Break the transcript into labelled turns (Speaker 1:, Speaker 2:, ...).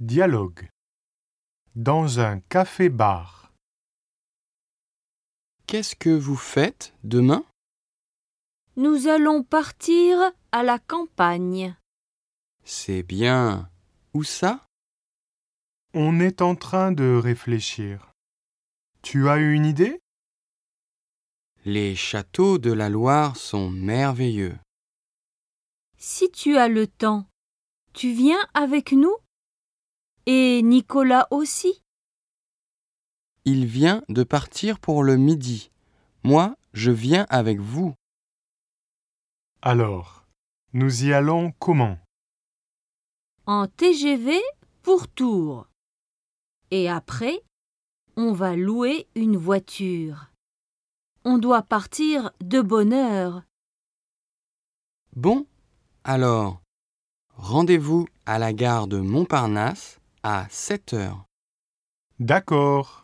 Speaker 1: Dialogue. Dans un café-bar,
Speaker 2: Qu'est-ce que vous faites demain
Speaker 3: Nous allons partir à la campagne.
Speaker 2: C'est bien. Où ça
Speaker 1: on est en train de réfléchir. Tu as une idée
Speaker 2: Les châteaux de la Loire sont merveilleux.
Speaker 3: Si tu as le temps, tu viens avec nous Et Nicolas aussi
Speaker 2: Il vient de partir pour le midi. Moi, je viens avec vous.
Speaker 1: Alors, nous y allons comment
Speaker 3: en TGV pour Tours. Et après, on va louer une voiture. On doit partir de bonne heure.
Speaker 2: Bon, alors, rendez-vous à la gare de Montparnasse à 7 heures.
Speaker 1: D'accord.